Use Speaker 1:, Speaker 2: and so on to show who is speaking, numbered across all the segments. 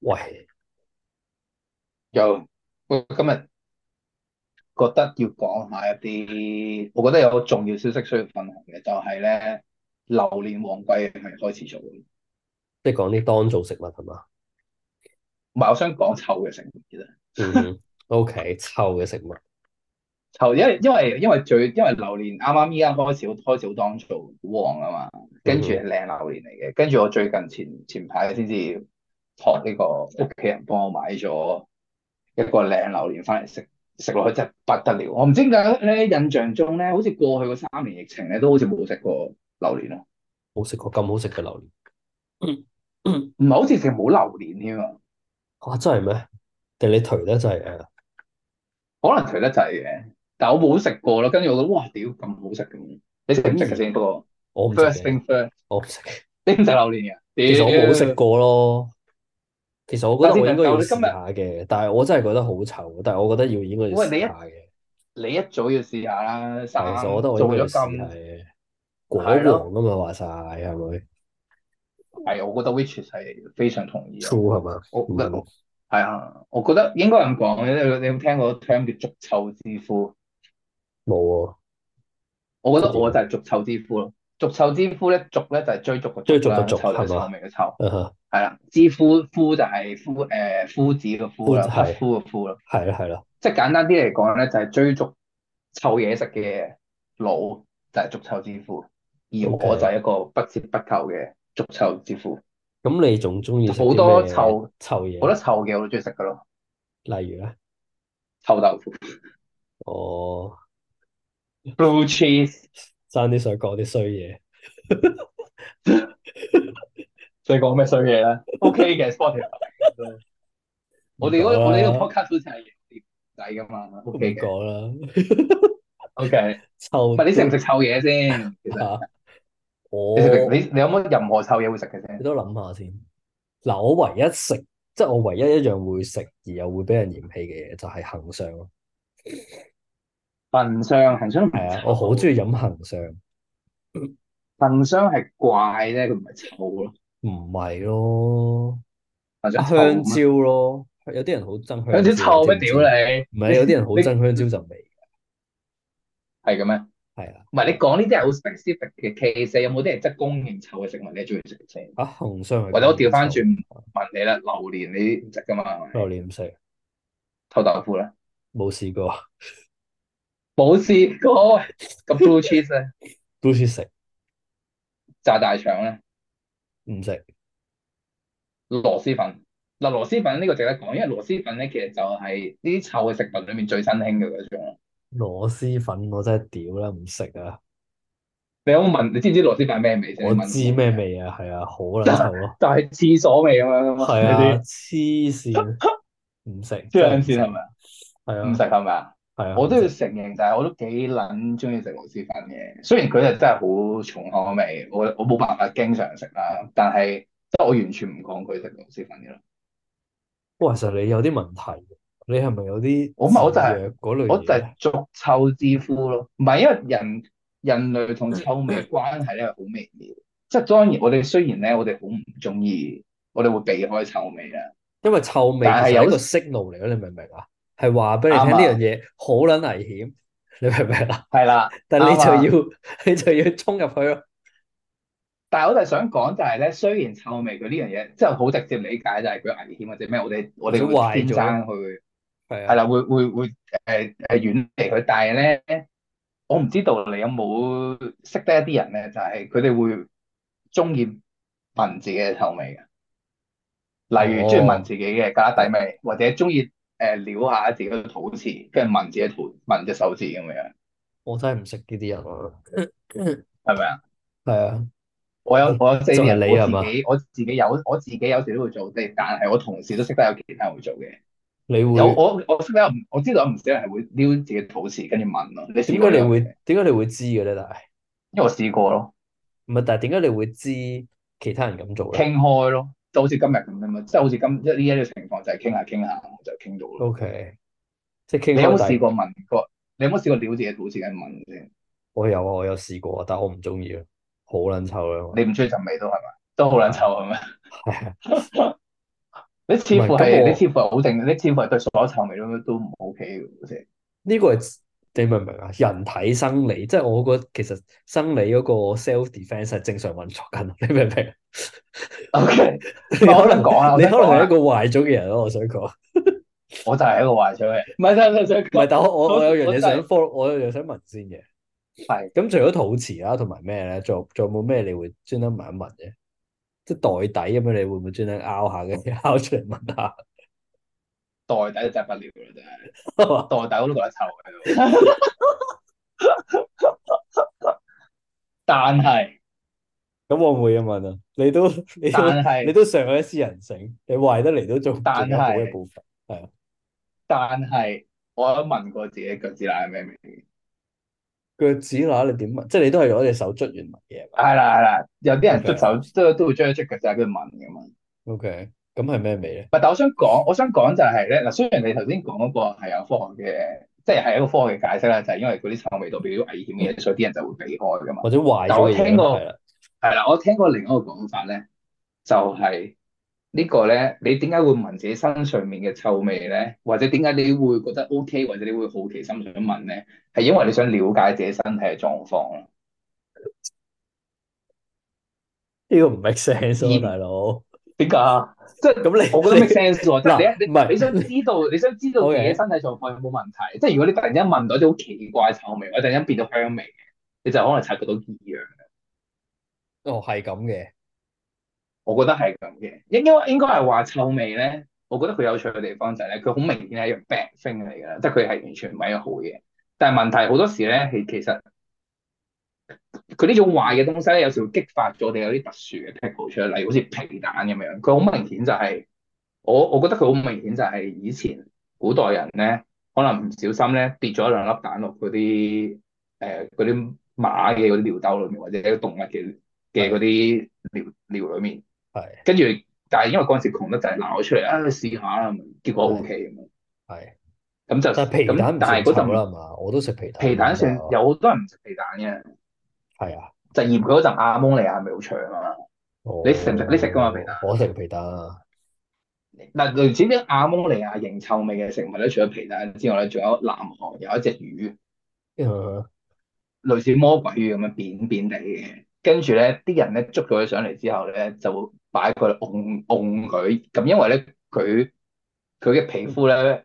Speaker 1: 喂，
Speaker 2: 又我今日覺得要講下一啲，我覺得有個重要消息需要分享嘅，就係咧榴蓮旺季係開始做嘅。
Speaker 1: 即係講啲當造食物係嘛？
Speaker 2: 唔係，我想講臭嘅食物其實
Speaker 1: 嗯哼，OK，臭嘅食物，
Speaker 2: 臭，因為因為因為最因為榴蓮啱啱依家開始開始好當造好旺啊嘛，
Speaker 1: 嗯
Speaker 2: 跟住
Speaker 1: 哼，
Speaker 2: 係靚榴蓮嚟嘅，跟住我最近前前排先至託呢個屋企人幫我買咗一個靚榴蓮翻嚟食，食落去真係不得了。我唔知點解咧，印象中咧好似過去嗰三年疫情咧都好似冇食過榴蓮咯。
Speaker 1: 冇食過咁好食嘅榴蓮，嗯
Speaker 2: 唔係好似食冇榴蓮添啊，
Speaker 1: 哇，真係咩？定你頹得滯誒？
Speaker 2: 可能除得滯嘅，但我冇食過咯。跟住我覺得哇，屌咁好食嘅，你食唔食嘅
Speaker 1: 咦，
Speaker 2: 先？不過
Speaker 1: 我唔食
Speaker 2: first
Speaker 1: 嘅，
Speaker 2: thing first，
Speaker 1: 我唔食嘅。
Speaker 2: 你唔食榴蓮嘅？
Speaker 1: 其實我冇食
Speaker 2: 屌，
Speaker 1: 過咯。其實我覺
Speaker 2: 等
Speaker 1: 得
Speaker 2: 先
Speaker 1: 我應該
Speaker 2: 等，
Speaker 1: 要
Speaker 2: 但
Speaker 1: 試
Speaker 2: 我哋今日，
Speaker 1: 下嘅，但係我真係覺得好臭，但係我覺得要應該要
Speaker 2: 喂，
Speaker 1: 試
Speaker 2: 你
Speaker 1: 下
Speaker 2: 一
Speaker 1: 嘅。
Speaker 2: 你一早要試下啦，
Speaker 1: 係，其實我覺
Speaker 2: 三
Speaker 1: 得我應該要試下
Speaker 2: 做咗咁，
Speaker 1: 嘅。果
Speaker 2: 係咯，
Speaker 1: 王啊嘛話晒係咪
Speaker 2: 係我覺得 which is 係非常同意啊。
Speaker 1: ？True 係嘛？
Speaker 2: 我
Speaker 1: 嗯
Speaker 2: 嗱
Speaker 1: 哼，
Speaker 2: 我係啊，我覺得應該咁講嘅。你你有冇聽過 term 叫逐臭之夫？
Speaker 1: 冇喎，
Speaker 2: 我覺
Speaker 1: 即係
Speaker 2: 得
Speaker 1: 點
Speaker 2: 我就
Speaker 1: 啊？
Speaker 2: 係逐臭之夫咯。逐臭之夫咧，逐咧就係追逐個
Speaker 1: 追
Speaker 2: 逐
Speaker 1: 逐個
Speaker 2: 啦，
Speaker 1: 逐
Speaker 2: 臭就
Speaker 1: 係
Speaker 2: 係臭
Speaker 1: 嘛？
Speaker 2: 味嘅臭。
Speaker 1: 嗯哼，
Speaker 2: 係啦，知夫夫就係夫誒夫子嘅夫
Speaker 1: 我就
Speaker 2: 啦，匹
Speaker 1: 係
Speaker 2: 夫嘅夫啦，
Speaker 1: 係啦係啦。
Speaker 2: 即係簡單啲嚟講咧，就係追逐臭嘢食嘅佬就係逐臭之夫，而我就
Speaker 1: OK。
Speaker 2: 係一個不折不扣嘅逐臭之夫，
Speaker 1: 咁你仲中意食
Speaker 2: 好
Speaker 1: 啲
Speaker 2: 多
Speaker 1: 咩
Speaker 2: 臭
Speaker 1: 臭
Speaker 2: 好
Speaker 1: 嘢
Speaker 2: 多
Speaker 1: 咧？
Speaker 2: 臭嘅我都中意食噶咯，
Speaker 1: 例如咧，
Speaker 2: 臭豆腐、
Speaker 1: 我
Speaker 2: blue cheese，
Speaker 1: 爭啲想講啲衰嘢，
Speaker 2: 你講咩衰嘢啊咧？OK 嘅，Spotify 都
Speaker 1: 唔
Speaker 2: 我哋嗰
Speaker 1: 講
Speaker 2: 我哋呢
Speaker 1: 啦，
Speaker 2: 個 podcast 好似係碟仔噶嘛
Speaker 1: 唔
Speaker 2: ，OK 嘅
Speaker 1: 講啦。
Speaker 2: ，OK，
Speaker 1: 臭
Speaker 2: 唔係你食唔
Speaker 1: 都
Speaker 2: 食臭嘢先？其實
Speaker 1: 嚇，
Speaker 2: 你食唔
Speaker 1: 我
Speaker 2: 你你有冇任何臭嘢會食嘅
Speaker 1: 你
Speaker 2: 先？
Speaker 1: 都諗下先。嗱，我唯一食，即係我唯一一樣會食而又會俾人嫌棄嘅嘢，就係恒常咯。
Speaker 2: 焚香，焚香唔
Speaker 1: 係啊，我好中
Speaker 2: 臭，
Speaker 1: 意飲恒常，
Speaker 2: 焚香係怪啫，佢唔係臭咯。
Speaker 1: 唔係咯，
Speaker 2: 焚
Speaker 1: 啊
Speaker 2: 香
Speaker 1: 香
Speaker 2: 臭咩？
Speaker 1: 蕉咯，有啲人好憎
Speaker 2: 香
Speaker 1: 香蕉
Speaker 2: 蕉
Speaker 1: 嘅，
Speaker 2: 臭
Speaker 1: 知唔
Speaker 2: 咩？屌
Speaker 1: 知？
Speaker 2: 你！
Speaker 1: 唔係有啲人好
Speaker 2: 你你
Speaker 1: 憎香蕉陣味，
Speaker 2: 係嘅咩？
Speaker 1: 係啊。
Speaker 2: 唔係你講呢啲係好 specific 嘅 case，有冇啲人真係公認臭嘅食物你係中意食嘅先？
Speaker 1: 啊，恒常係
Speaker 2: 或者
Speaker 1: 公
Speaker 2: 我調
Speaker 1: 認
Speaker 2: 翻轉
Speaker 1: 臭，
Speaker 2: 問你啦，榴蓮你唔食噶嘛？係
Speaker 1: 榴
Speaker 2: 咪？
Speaker 1: 蓮唔食，
Speaker 2: 臭豆腐咧，
Speaker 1: 冇試過。
Speaker 2: 冇試過。 咁 blue cheese 咧，
Speaker 1: 都似食
Speaker 2: 炸大腸咧，
Speaker 1: 唔食，
Speaker 2: 螺螄粉。嗱，螺螄粉呢個值得講，因為螺螄粉咧其實就係呢啲臭嘅食物裏面最新興嘅嗰種。
Speaker 1: 螺螄粉我真係屌啦，唔食啊！
Speaker 2: 你有冇聞？你知唔知螺螄粉咩味先？你
Speaker 1: 我
Speaker 2: 聞
Speaker 1: 知
Speaker 2: 過
Speaker 1: 咩
Speaker 2: 未
Speaker 1: 味
Speaker 2: 啊？
Speaker 1: 啊，係啊，好撚
Speaker 2: 就
Speaker 1: 臭 咯，
Speaker 2: 就係廁所味咁樣啊嘛，
Speaker 1: 係
Speaker 2: 嗰
Speaker 1: 啊，
Speaker 2: 啲
Speaker 1: 黐線，唔 食，真
Speaker 2: 超
Speaker 1: 係
Speaker 2: 撚
Speaker 1: 唔食，
Speaker 2: 線係咪啊？
Speaker 1: 係
Speaker 2: 唔
Speaker 1: 啊，
Speaker 2: 食係咪啊？
Speaker 1: 係啊，
Speaker 2: 我
Speaker 1: 唔
Speaker 2: 都要
Speaker 1: 食，
Speaker 2: 承認，就係我都幾撚中意食螺螄粉嘅。雖然佢係真係好重口味，我我冇辦法經常食啦，但係即係我完全唔抗拒食螺螄粉嘅咯。
Speaker 1: 哇，其實你有啲問題，你係咪有啲
Speaker 2: 我咪
Speaker 1: 自
Speaker 2: 我就係、
Speaker 1: 虐嗰類
Speaker 2: 我就
Speaker 1: 嘢
Speaker 2: 係
Speaker 1: 咧？
Speaker 2: 逐臭之夫咯，唔係因為人人類同臭味嘅關係咧係好微妙，即係當然我哋雖然咧我哋好唔中意，我哋會避開臭味啊啦，
Speaker 1: 因為臭味其
Speaker 2: 但
Speaker 1: 實
Speaker 2: 係
Speaker 1: 係一
Speaker 2: 有
Speaker 1: 個 signal 嚟咯，你明唔明啊？係話俾你聽
Speaker 2: 啱
Speaker 1: 呢樣
Speaker 2: 啊，
Speaker 1: 嘢好撚危險，你明唔明啊？
Speaker 2: 係啦，
Speaker 1: 但你
Speaker 2: 啱
Speaker 1: 就
Speaker 2: 啊。
Speaker 1: 要 你就要衝入去咯，
Speaker 2: 但係我就係想講就係咧，雖然臭味佢呢樣嘢，即係好直接理解就係佢危險或者咩，我哋我
Speaker 1: 或
Speaker 2: 哋
Speaker 1: 者
Speaker 2: 會
Speaker 1: 壞
Speaker 2: 天
Speaker 1: 咗，
Speaker 2: 生去
Speaker 1: 係
Speaker 2: 係
Speaker 1: 啊，
Speaker 2: 啦，會會會誒誒遠離佢。但係咧，我唔知道你有冇識得一啲人咧，就係佢哋會中意聞自己嘅臭味
Speaker 1: 哦，係。
Speaker 2: 嘅，例如中意聞自己嘅旮旯底味，或者中意誒撩下自己嘅肚臍，跟住聞自己肚聞隻手指咁樣，
Speaker 1: 我真係唔識呢啲人啊，
Speaker 2: 係咪啊？
Speaker 1: 係啊，
Speaker 2: 我有
Speaker 1: 你
Speaker 2: 我有 四
Speaker 1: 就係
Speaker 2: 年，
Speaker 1: 你
Speaker 2: 我
Speaker 1: 係
Speaker 2: 自
Speaker 1: 嘛？
Speaker 2: 己我自己有我自己有時都會做，即但係我同事都識得有其他人會做嘅。
Speaker 1: 你
Speaker 2: 有
Speaker 1: 會
Speaker 2: 我我識得有唔我知道有唔少人係會撩自己肚臍跟住聞咯。你試
Speaker 1: 點
Speaker 2: 過
Speaker 1: 解
Speaker 2: 呢
Speaker 1: 你會
Speaker 2: 樣嘢未？
Speaker 1: 點解你會知嘅咧？但係
Speaker 2: 因為我試過咯，
Speaker 1: 唔係？但係點解你會知其他人咁做咧
Speaker 2: 傾開咯，就好似今日咁樣嘛，即係好似今即係呢一個情況就係傾下傾下就傾到咯。
Speaker 1: ？OK，即係傾
Speaker 2: 你有
Speaker 1: 開，
Speaker 2: 冇
Speaker 1: 但
Speaker 2: 試
Speaker 1: 係
Speaker 2: 過聞過？你有冇試過撩自己肚臍跟住聞先？
Speaker 1: 我有啊，我有試過啊，但係我唔中意啊，好撚臭啦，因為
Speaker 2: 你唔中意陣味都係咪？都好
Speaker 1: 係
Speaker 2: 撚臭
Speaker 1: 啊，
Speaker 2: 係咪？
Speaker 1: 係啊，
Speaker 2: 你似乎
Speaker 1: 唔係咁
Speaker 2: 係
Speaker 1: 我
Speaker 2: 你似乎係好定，你似乎係對所有臭味都都唔 OK 嘅喎，即係
Speaker 1: 呢個係你明唔明啊？人體生理，即係我覺得其實生理嗰個 self defense 係正常運作緊，你明唔明？
Speaker 2: OK。
Speaker 1: 你
Speaker 2: 我
Speaker 1: 可
Speaker 2: 想
Speaker 1: 能
Speaker 2: 講啊，我
Speaker 1: 你
Speaker 2: 想
Speaker 1: 可能係
Speaker 2: 講啊
Speaker 1: 一個壞咗嘅人咯，我想講。
Speaker 2: 我就係一個壞咗嘅，唔係，但係我想
Speaker 1: 唔係，
Speaker 2: 講
Speaker 1: 但我我我有樣
Speaker 2: 我
Speaker 1: 嘢
Speaker 2: 就
Speaker 1: 想
Speaker 2: 係
Speaker 1: follow，我有樣嘢想問先嘅。
Speaker 2: 係
Speaker 1: 咁除咗肚臍啦，同埋咩咧？仲有仲有冇咩你會專登問一問嘅？即係袋底咁樣，你會唔會專登拗下嘅， 拗出嚟問下？
Speaker 2: 袋底就真係不了啦，真係袋底我都覺得臭喺度。 但係
Speaker 1: 咁我唔會咁問啊！你都你都
Speaker 2: 但
Speaker 1: 你
Speaker 2: 係
Speaker 1: 都上咗一私人性，你壞得嚟都做
Speaker 2: 但
Speaker 1: 做咗好一
Speaker 2: 係
Speaker 1: 部分，係啊，
Speaker 2: 但係，我有問過自己腳趾罅係咩味？
Speaker 1: 腳趾罅你點問？即係你都係攞隻手捽完問嘢嘛
Speaker 2: 係啦係啦，有啲人捽
Speaker 1: OK
Speaker 2: 手都都會將佢捽腳趾罅跟住問嘅嘛。
Speaker 1: ？OK，咁係咩味咧？
Speaker 2: 唔係，但我想講，我想講就係咧，嗱，雖然你頭先講嗰個係有科學嘅，即係係一個科學嘅解釋啦，就係因為嗰啲臭味代表危險嘅嘢，所以啲人就會避開噶嘛。
Speaker 1: 或者壞
Speaker 2: 但
Speaker 1: 咗
Speaker 2: 我
Speaker 1: 嘅嘢
Speaker 2: 聽
Speaker 1: 啦
Speaker 2: 過
Speaker 1: 係啦，
Speaker 2: 係啦，我聽過另一個講法咧，就係呢個咧，你點解會聞自己身上面嘅臭味咧？或者點解你會覺得 OK，或者你會好奇心想聞咧？係因為你想了解自己身體嘅狀況咯，
Speaker 1: 呢個唔 make sense 咯，
Speaker 2: 而
Speaker 1: 大佬。
Speaker 2: 點解啊？即係
Speaker 1: 咁
Speaker 2: 我覺 得
Speaker 1: 你
Speaker 2: make
Speaker 1: 你
Speaker 2: sense 喎，即
Speaker 1: 嗱
Speaker 2: 係你
Speaker 1: 唔
Speaker 2: 你你想
Speaker 1: 係
Speaker 2: 知道 你想知道自己
Speaker 1: OK
Speaker 2: 身體狀況有冇問題，即係如果你突然間聞到啲好奇怪臭味，或者突然間變到香味嘅，你就可能察覺到異樣。
Speaker 1: 哦係咁嘅，
Speaker 2: 我覺得係咁嘅，應應該應該係話臭味咧。我覺得佢有趣嘅地方就係咧，佢好明顯係一樣 bad thing 嚟㗎啦，即係佢係完全唔係一個好嘢。但係問題好多時咧，係其實佢呢種壞嘅東西咧，有時會激發咗我哋有啲特殊嘅癖好出嚟，例如好似皮蛋咁樣。佢好明顯就係、我我覺得佢好明顯就係以前古代人咧，可能唔小心咧跌咗兩粒蛋落嗰啲誒嗰啲馬嘅嗰啲尿兜裏面，或者動物嘅嘅
Speaker 1: 係
Speaker 2: 嗰啲尿尿裏面。
Speaker 1: 係
Speaker 2: 跟住，但係因為嗰陣時窮得滯，鬧咗出嚟啊，你試下啦，咁樣結果
Speaker 1: 係
Speaker 2: OK 咁樣，
Speaker 1: 係。
Speaker 2: 咁就
Speaker 1: 但係皮蛋
Speaker 2: 咁，
Speaker 1: 唔啊
Speaker 2: 但
Speaker 1: 算
Speaker 2: 係嗰
Speaker 1: 臭啦，
Speaker 2: 陣
Speaker 1: 係嘛？我都食皮蛋
Speaker 2: 皮蛋
Speaker 1: 㗎
Speaker 2: 算
Speaker 1: 嘛，
Speaker 2: 有好多人唔食皮蛋嘅，
Speaker 1: 係啊，
Speaker 2: 就嫌佢嗰陣亞蒙尼亞味好長啊嘛。你食唔食？你食噶嘛皮
Speaker 1: 哦，
Speaker 2: 蛋？
Speaker 1: 我食皮蛋啊，
Speaker 2: 嗱，類似啲亞蒙尼亞型臭味嘅食物咧，除咗皮蛋之外咧，仲有南韓有一隻魚，哦
Speaker 1: 嗯
Speaker 2: 類似魔鬼魚咁樣扁扁地嘅。跟住咧，啲人咧捉咗佢上嚟之後咧，就擺佢嚟㧬㧬佢。咁因為咧，佢佢嘅皮膚咧。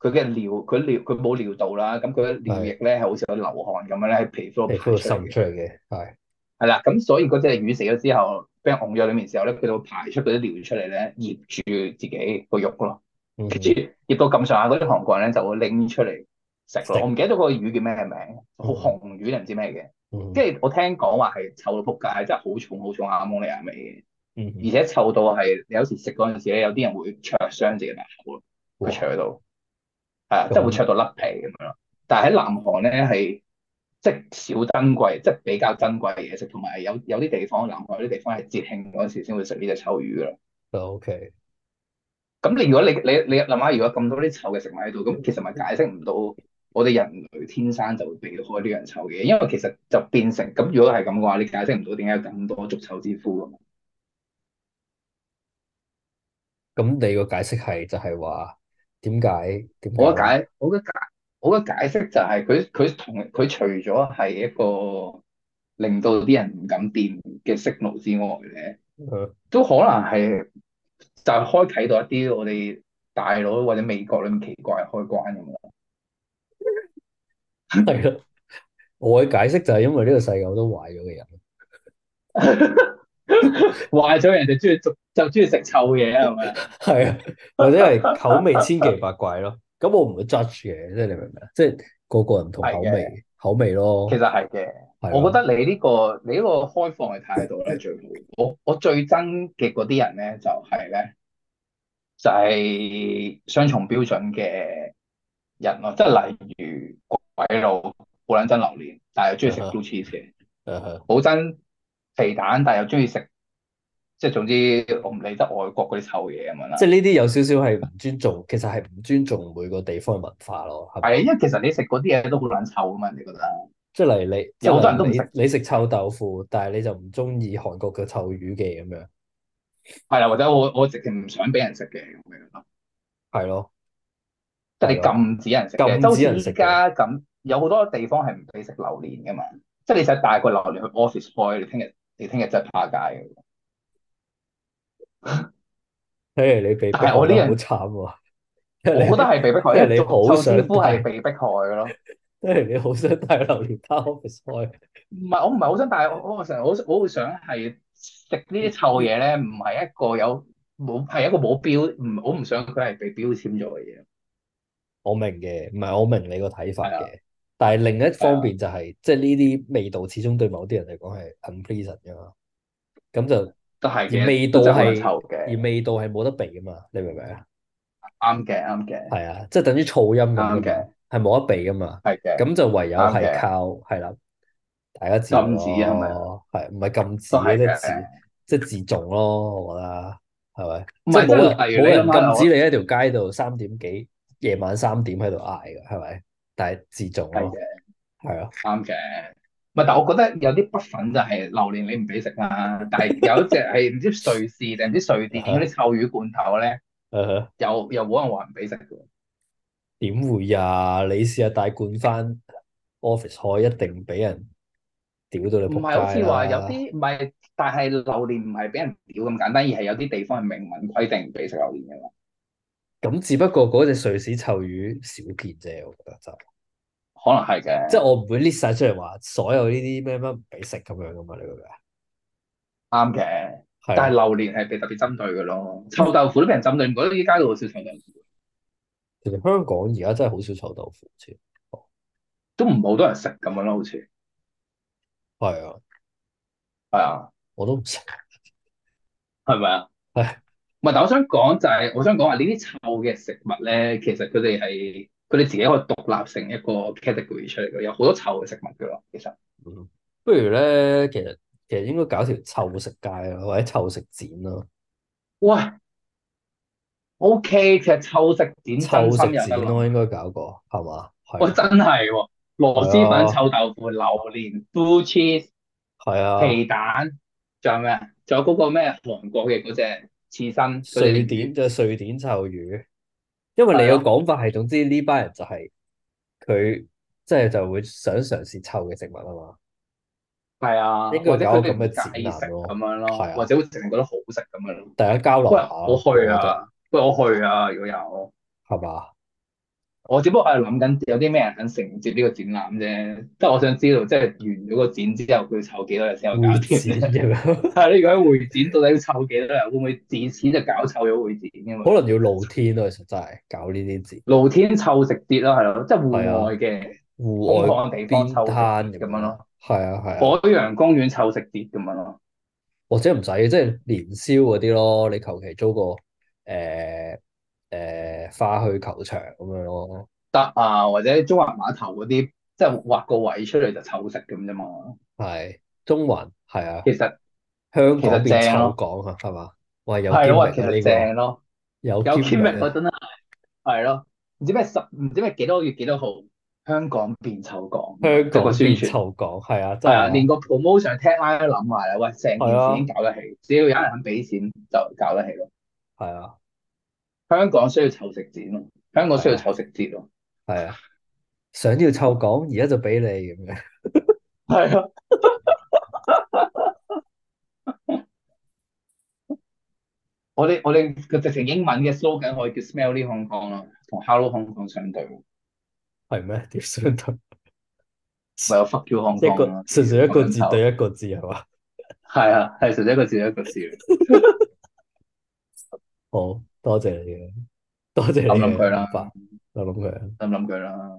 Speaker 2: 佢嘅尿，佢尿佢冇尿道啦，咁佢嘅尿液
Speaker 1: 係
Speaker 2: 咧係好似有流汗咁樣咧喺皮膚度
Speaker 1: 皮膚
Speaker 2: 排出嚟
Speaker 1: 滲
Speaker 2: 嘅，
Speaker 1: 出嚟嘅，係
Speaker 2: 係啦，咁所以嗰隻魚死咗之後，俾人㧬咗裡面時候咧，佢就會排出嗰啲尿出嚟咧，醃住自己個肉咯，
Speaker 1: 嗯
Speaker 2: 跟住
Speaker 1: 哼
Speaker 2: 醃到咁上下嗰啲韓國人咧就會拎出嚟食咯，我
Speaker 1: 食，
Speaker 2: 唔記得咗個魚叫咩名，好
Speaker 1: 嗯
Speaker 2: 紅魚定唔知咩嘅，
Speaker 1: 嗯哼
Speaker 2: 跟住我聽講話係臭到仆街，係真係好重好重亞蒙尼亞味
Speaker 1: 嗯
Speaker 2: 嘅，
Speaker 1: 哼，
Speaker 2: 而且臭到係你有時食嗰陣時咧，有啲人會灼傷自己把口咯，佢
Speaker 1: 哇，
Speaker 2: 灼到。係啊，即係會
Speaker 1: 咁
Speaker 2: 灼到甩皮咁樣咯。但係喺南韓咧係即係少珍貴，即係比較珍貴嘅嘢食，同埋有有啲地方南韓有啲地方係節慶嗰時先會食呢隻臭魚噶啦。
Speaker 1: 就哦 OK，
Speaker 2: 咁你如果你你你諗下，如果咁多啲臭嘅食物喺度，咁其實咪解釋唔到我哋人類天生就會避開呢樣臭嘅嘢，因為其實就變成咁。如果係咁嘅話，你解釋唔到點解有咁多逐臭之夫㗎嘛？
Speaker 1: 咁你個解釋係就係話點解點解啊
Speaker 2: 我嘅
Speaker 1: 咧？
Speaker 2: 解我嘅解我嘅解釋就係佢佢同佢除咗係一個令到啲人唔敢掂嘅 signal 之外咧，
Speaker 1: 嗯
Speaker 2: 都可能係就係開啟到一啲我哋大佬或者美國裏面奇怪嘅開關咁咯。
Speaker 1: 係咯，我嘅解釋就係因為呢個世界好多壞咗嘅人，
Speaker 2: 壞咗人就中意逐就中意食臭嘢係咪啊？
Speaker 1: 係啊，或者係口味千奇百怪咯。咁我唔會 judge 嘅，即係你明唔明啊？即係個個人唔同
Speaker 2: 係
Speaker 1: 口
Speaker 2: 嘅，
Speaker 1: 味，口味
Speaker 2: 其
Speaker 1: 咯，
Speaker 2: 實係嘅。
Speaker 1: 係
Speaker 2: 我覺
Speaker 1: 咯，
Speaker 2: 得你呢個你呢個開放嘅 態度咧最好。我我最憎嘅嗰啲人咧就係咧。就係雙重標準嘅人咯，即係例如鬼佬好撚憎榴蓮，但係又中
Speaker 1: 嗯
Speaker 2: 意食
Speaker 1: 哼
Speaker 2: blue cheese 嘅，
Speaker 1: 嗯哼
Speaker 2: 好憎皮蛋，但係又中意食，即係總之我唔理得外國嗰啲臭嘢咁樣
Speaker 1: 即
Speaker 2: 啦。
Speaker 1: 係呢啲有少少係唔尊重，其實係唔尊重每個地方嘅文化咯，係
Speaker 2: 係，
Speaker 1: 嘛？
Speaker 2: 因為其實你食嗰啲嘢都好撚臭啊噶嘛，你覺得？
Speaker 1: 即係例如你，即
Speaker 2: 有好
Speaker 1: 係
Speaker 2: 多人都唔
Speaker 1: 例如
Speaker 2: 食，
Speaker 1: 你你食臭豆腐，但係你就唔中意韓國嘅臭魚嘅咁樣，
Speaker 2: 係啦，或者我我直情唔想俾人食嘅咁樣咯，
Speaker 1: 係咯，
Speaker 2: 即係
Speaker 1: 係咯
Speaker 2: 你禁止人食嘅，
Speaker 1: 禁
Speaker 2: 即係好
Speaker 1: 止人
Speaker 2: 似
Speaker 1: 食
Speaker 2: 依家咁，有好多地方係唔俾食榴蓮噶嘛，即係你想帶個榴蓮去 office boy，你聽日你聽日真係趴街嘅。
Speaker 1: 嘿，你被逼
Speaker 2: 但係我
Speaker 1: 覺
Speaker 2: 啲
Speaker 1: 得
Speaker 2: 人
Speaker 1: 好慘喎，因
Speaker 2: 我
Speaker 1: 為
Speaker 2: 覺得
Speaker 1: 你
Speaker 2: 係被迫害，
Speaker 1: 因為
Speaker 2: 因為
Speaker 1: 你
Speaker 2: 做
Speaker 1: 好
Speaker 2: 臭
Speaker 1: 想
Speaker 2: 師傅
Speaker 1: 帶
Speaker 2: 係被迫害嘅咯。
Speaker 1: 因為你好想帶榴蓮包 office 開，
Speaker 2: 唔係，我唔係好想，但係我我成日好我會想係食呢啲臭嘢咧，唔係一個有冇係一個冇標，唔我唔想佢係被標籤咗嘅嘢。
Speaker 1: 我明嘅，唔係我明你個睇法
Speaker 2: 係啊
Speaker 1: 嘅，但係另一
Speaker 2: 係
Speaker 1: 方
Speaker 2: 啊，
Speaker 1: 面就係、即係呢啲味道始終對某啲人嚟講係 unpleasant 噶嘛，咁就
Speaker 2: 都係
Speaker 1: 而
Speaker 2: 嘅，
Speaker 1: 味道
Speaker 2: 都真係好撚
Speaker 1: 係
Speaker 2: 臭
Speaker 1: 而
Speaker 2: 嘅，
Speaker 1: 味道係冇得避噶嘛，你明唔明啊？
Speaker 2: 啱嘅，啱嘅，
Speaker 1: 係啊，即係等於噪音咁噶嘛，
Speaker 2: 啱嘅，
Speaker 1: 係冇得避噶嘛，
Speaker 2: 係嘅，
Speaker 1: 咁就唯有
Speaker 2: 啱
Speaker 1: 係
Speaker 2: 嘅，
Speaker 1: 靠係啦，大家自
Speaker 2: 禁止啊係咪？
Speaker 1: 咯，係唔係禁止
Speaker 2: 都
Speaker 1: 嘅，
Speaker 2: 係
Speaker 1: 即係
Speaker 2: 嘅，
Speaker 1: 自即係自重咯，我覺得係咪？
Speaker 2: 唔
Speaker 1: 即係
Speaker 2: 係即
Speaker 1: 冇人
Speaker 2: 係例如
Speaker 1: 冇
Speaker 2: 你
Speaker 1: 人
Speaker 2: 諗下
Speaker 1: 禁止
Speaker 2: 我，
Speaker 1: 你喺條街度三點幾夜晚三點喺度嗌㗎，係咪？但係自重
Speaker 2: 係
Speaker 1: 咯，
Speaker 2: 嘅，
Speaker 1: 係啊咯，
Speaker 2: 啱嘅。唔係，但我覺得有啲不忿就係榴蓮你唔俾食啦，但係有一隻係唔知瑞士定唔知瑞典嗰
Speaker 1: 嚇
Speaker 2: 啲臭魚罐頭咧，
Speaker 1: 誒呵
Speaker 2: 又又冇人話唔俾食嘅。
Speaker 1: 點會呀？你試下帶罐翻 office 開，一定俾人屌到你
Speaker 2: 唔
Speaker 1: 仆
Speaker 2: 係好
Speaker 1: 街啊
Speaker 2: 似話有
Speaker 1: 啦！
Speaker 2: 啲唔係，但係榴蓮唔係俾人屌咁簡單，而係有啲地方係明文規定唔俾食榴蓮嘅嘛。
Speaker 1: 咁只不過嗰隻瑞士臭魚少見啫，我覺得就
Speaker 2: 可能係
Speaker 1: 即係
Speaker 2: 嘅，
Speaker 1: 我唔會 list 晒出嚟話所有呢啲咩咩唔俾食咁樣噶嘛，你明唔明啊？
Speaker 2: 啱嘅。
Speaker 1: 係啊
Speaker 2: 但係
Speaker 1: 咯，
Speaker 2: 榴蓮係被特別針對嘅咯，臭豆腐都俾人針對，唔覺得依家度好少臭豆腐，
Speaker 1: 其實香港而家真係好少臭豆腐添，
Speaker 2: 都唔好多人食咁樣咯，好似
Speaker 1: 係啊，
Speaker 2: 係啊，
Speaker 1: 我都唔食，
Speaker 2: 係咪啊？
Speaker 1: 係
Speaker 2: 唔係，但我想講就係、我想講話呢啲臭嘅食物咧，其實佢哋係佢哋自己可以獨立成一個 category 出嚟嘅，有好多臭嘅食物嘅咯，其實
Speaker 1: 嗯不如咧，其實其實應該搞條臭食街啊，或者臭食展啊咯，
Speaker 2: 喂 OK，其實臭食展真
Speaker 1: 臭食
Speaker 2: 心有得
Speaker 1: 展咯
Speaker 2: 諗。
Speaker 1: 應該搞過係嘛？係
Speaker 2: 喂，
Speaker 1: 啊，
Speaker 2: 真係喎，螺
Speaker 1: 係
Speaker 2: 螄粉、
Speaker 1: 啊，
Speaker 2: 臭豆腐、榴蓮、blue cheese、
Speaker 1: 係啊，
Speaker 2: 皮蛋，仲有咩啊？仲有嗰個咩韓國嘅嗰隻刺身，佢哋
Speaker 1: 瑞
Speaker 2: 唔
Speaker 1: 典
Speaker 2: 知
Speaker 1: 就瑞典臭魚，因為
Speaker 2: 係啊
Speaker 1: 你個
Speaker 2: 咯，
Speaker 1: 講法係總之呢班人就係佢即係就會想嘗試臭嘅食物啊嘛。
Speaker 2: 係啊，
Speaker 1: 應該
Speaker 2: 或者
Speaker 1: 搞
Speaker 2: 佢
Speaker 1: 個
Speaker 2: 哋
Speaker 1: 咁
Speaker 2: 唔
Speaker 1: 嘅展
Speaker 2: 介意
Speaker 1: 覽
Speaker 2: 食咁
Speaker 1: 咯，
Speaker 2: 樣咯，
Speaker 1: 係
Speaker 2: 或
Speaker 1: 啊，
Speaker 2: 者會淨係覺得好食咁樣咯。
Speaker 1: 大家交流
Speaker 2: 喂
Speaker 1: 下，
Speaker 2: 我
Speaker 1: 咯，
Speaker 2: 去
Speaker 1: 我覺得
Speaker 2: 啊，喂，我去啊，如果有，
Speaker 1: 係嘛？
Speaker 2: 我只不過係諗緊有啲咩人肯承接呢個展覽啫，即係我想知道，即係完咗個展之後，佢湊幾多日先有搞
Speaker 1: 會
Speaker 2: 掂
Speaker 1: 展
Speaker 2: 啫。
Speaker 1: 咁樣，
Speaker 2: 係你講會展到底要湊幾多日？會唔會自此就搞臭咗會展咁樣？
Speaker 1: 可能要露天咯，其實真係搞呢啲節，
Speaker 2: 露天臭食節咯，係咯，即係
Speaker 1: 係
Speaker 2: 戶
Speaker 1: 啊，
Speaker 2: 外嘅空
Speaker 1: 戶外
Speaker 2: 曠地方
Speaker 1: 邊
Speaker 2: 臭食
Speaker 1: 攤咁
Speaker 2: 節咁樣
Speaker 1: 樣，
Speaker 2: 咯，
Speaker 1: 係啊係啊，
Speaker 2: 海洋公園臭食節咁樣咯，
Speaker 1: 或者唔使即係年宵嗰啲咯，你求其租個誒誒花墟球場咁樣咯，
Speaker 2: 得啊，或者中環碼頭嗰啲，即係劃個位出嚟就臭食咁啫嘛。
Speaker 1: 係中環係啊，
Speaker 2: 其實
Speaker 1: 香
Speaker 2: 其
Speaker 1: 港
Speaker 2: 實
Speaker 1: 變
Speaker 2: 正
Speaker 1: 臭
Speaker 2: 咯，
Speaker 1: 港啊，係嘛？喂，有
Speaker 2: 係
Speaker 1: gimmick
Speaker 2: 咯，喂其
Speaker 1: 啊
Speaker 2: 實
Speaker 1: 呢個，
Speaker 2: 正咯，
Speaker 1: 有
Speaker 2: 有
Speaker 1: gimmick
Speaker 2: Kim 力
Speaker 1: 啊，
Speaker 2: 嗰陣係咯，唔知咩十唔知咩幾多月幾多號，香港變臭港咁樣，
Speaker 1: 香
Speaker 2: 即係個
Speaker 1: 港
Speaker 2: 宣
Speaker 1: 變
Speaker 2: 傳。
Speaker 1: 臭港，係啊，真
Speaker 2: 係
Speaker 1: 係
Speaker 2: 啊，連
Speaker 1: 啊，
Speaker 2: 個 promotion tagline 都諗埋啦，喂，成
Speaker 1: 係
Speaker 2: 件事已
Speaker 1: 啊。
Speaker 2: 經搞得起，只要有人肯俾錢就搞得起咯。
Speaker 1: 係啊，
Speaker 2: 香港需要臭食展咯，香港
Speaker 1: 係
Speaker 2: 需要
Speaker 1: 啊，
Speaker 2: 臭食節咯。
Speaker 1: 係啊，想要臭港，而家就俾你咁樣，
Speaker 2: 係啊， 我哋我哋個直情英文嘅 slogan 可以叫 Smelly Hong Kong 咯，同 Hello Hong Kong 相對，咪
Speaker 1: 係咩？點相對？
Speaker 2: 有 Fuck You Hong
Speaker 1: 一
Speaker 2: Kong
Speaker 1: 個
Speaker 2: 咯，
Speaker 1: 純粹一
Speaker 2: 咁
Speaker 1: 個
Speaker 2: 撚
Speaker 1: 字對
Speaker 2: 臭。
Speaker 1: 一個字係嘛？
Speaker 2: 係啊，係純粹一個字一個字，
Speaker 1: 好多謝你嘅，多謝
Speaker 2: 諗
Speaker 1: 你嘅
Speaker 2: 諗佢
Speaker 1: 諗
Speaker 2: 啦，
Speaker 1: 法，我諗佢啊。
Speaker 2: 諗諗佢啦。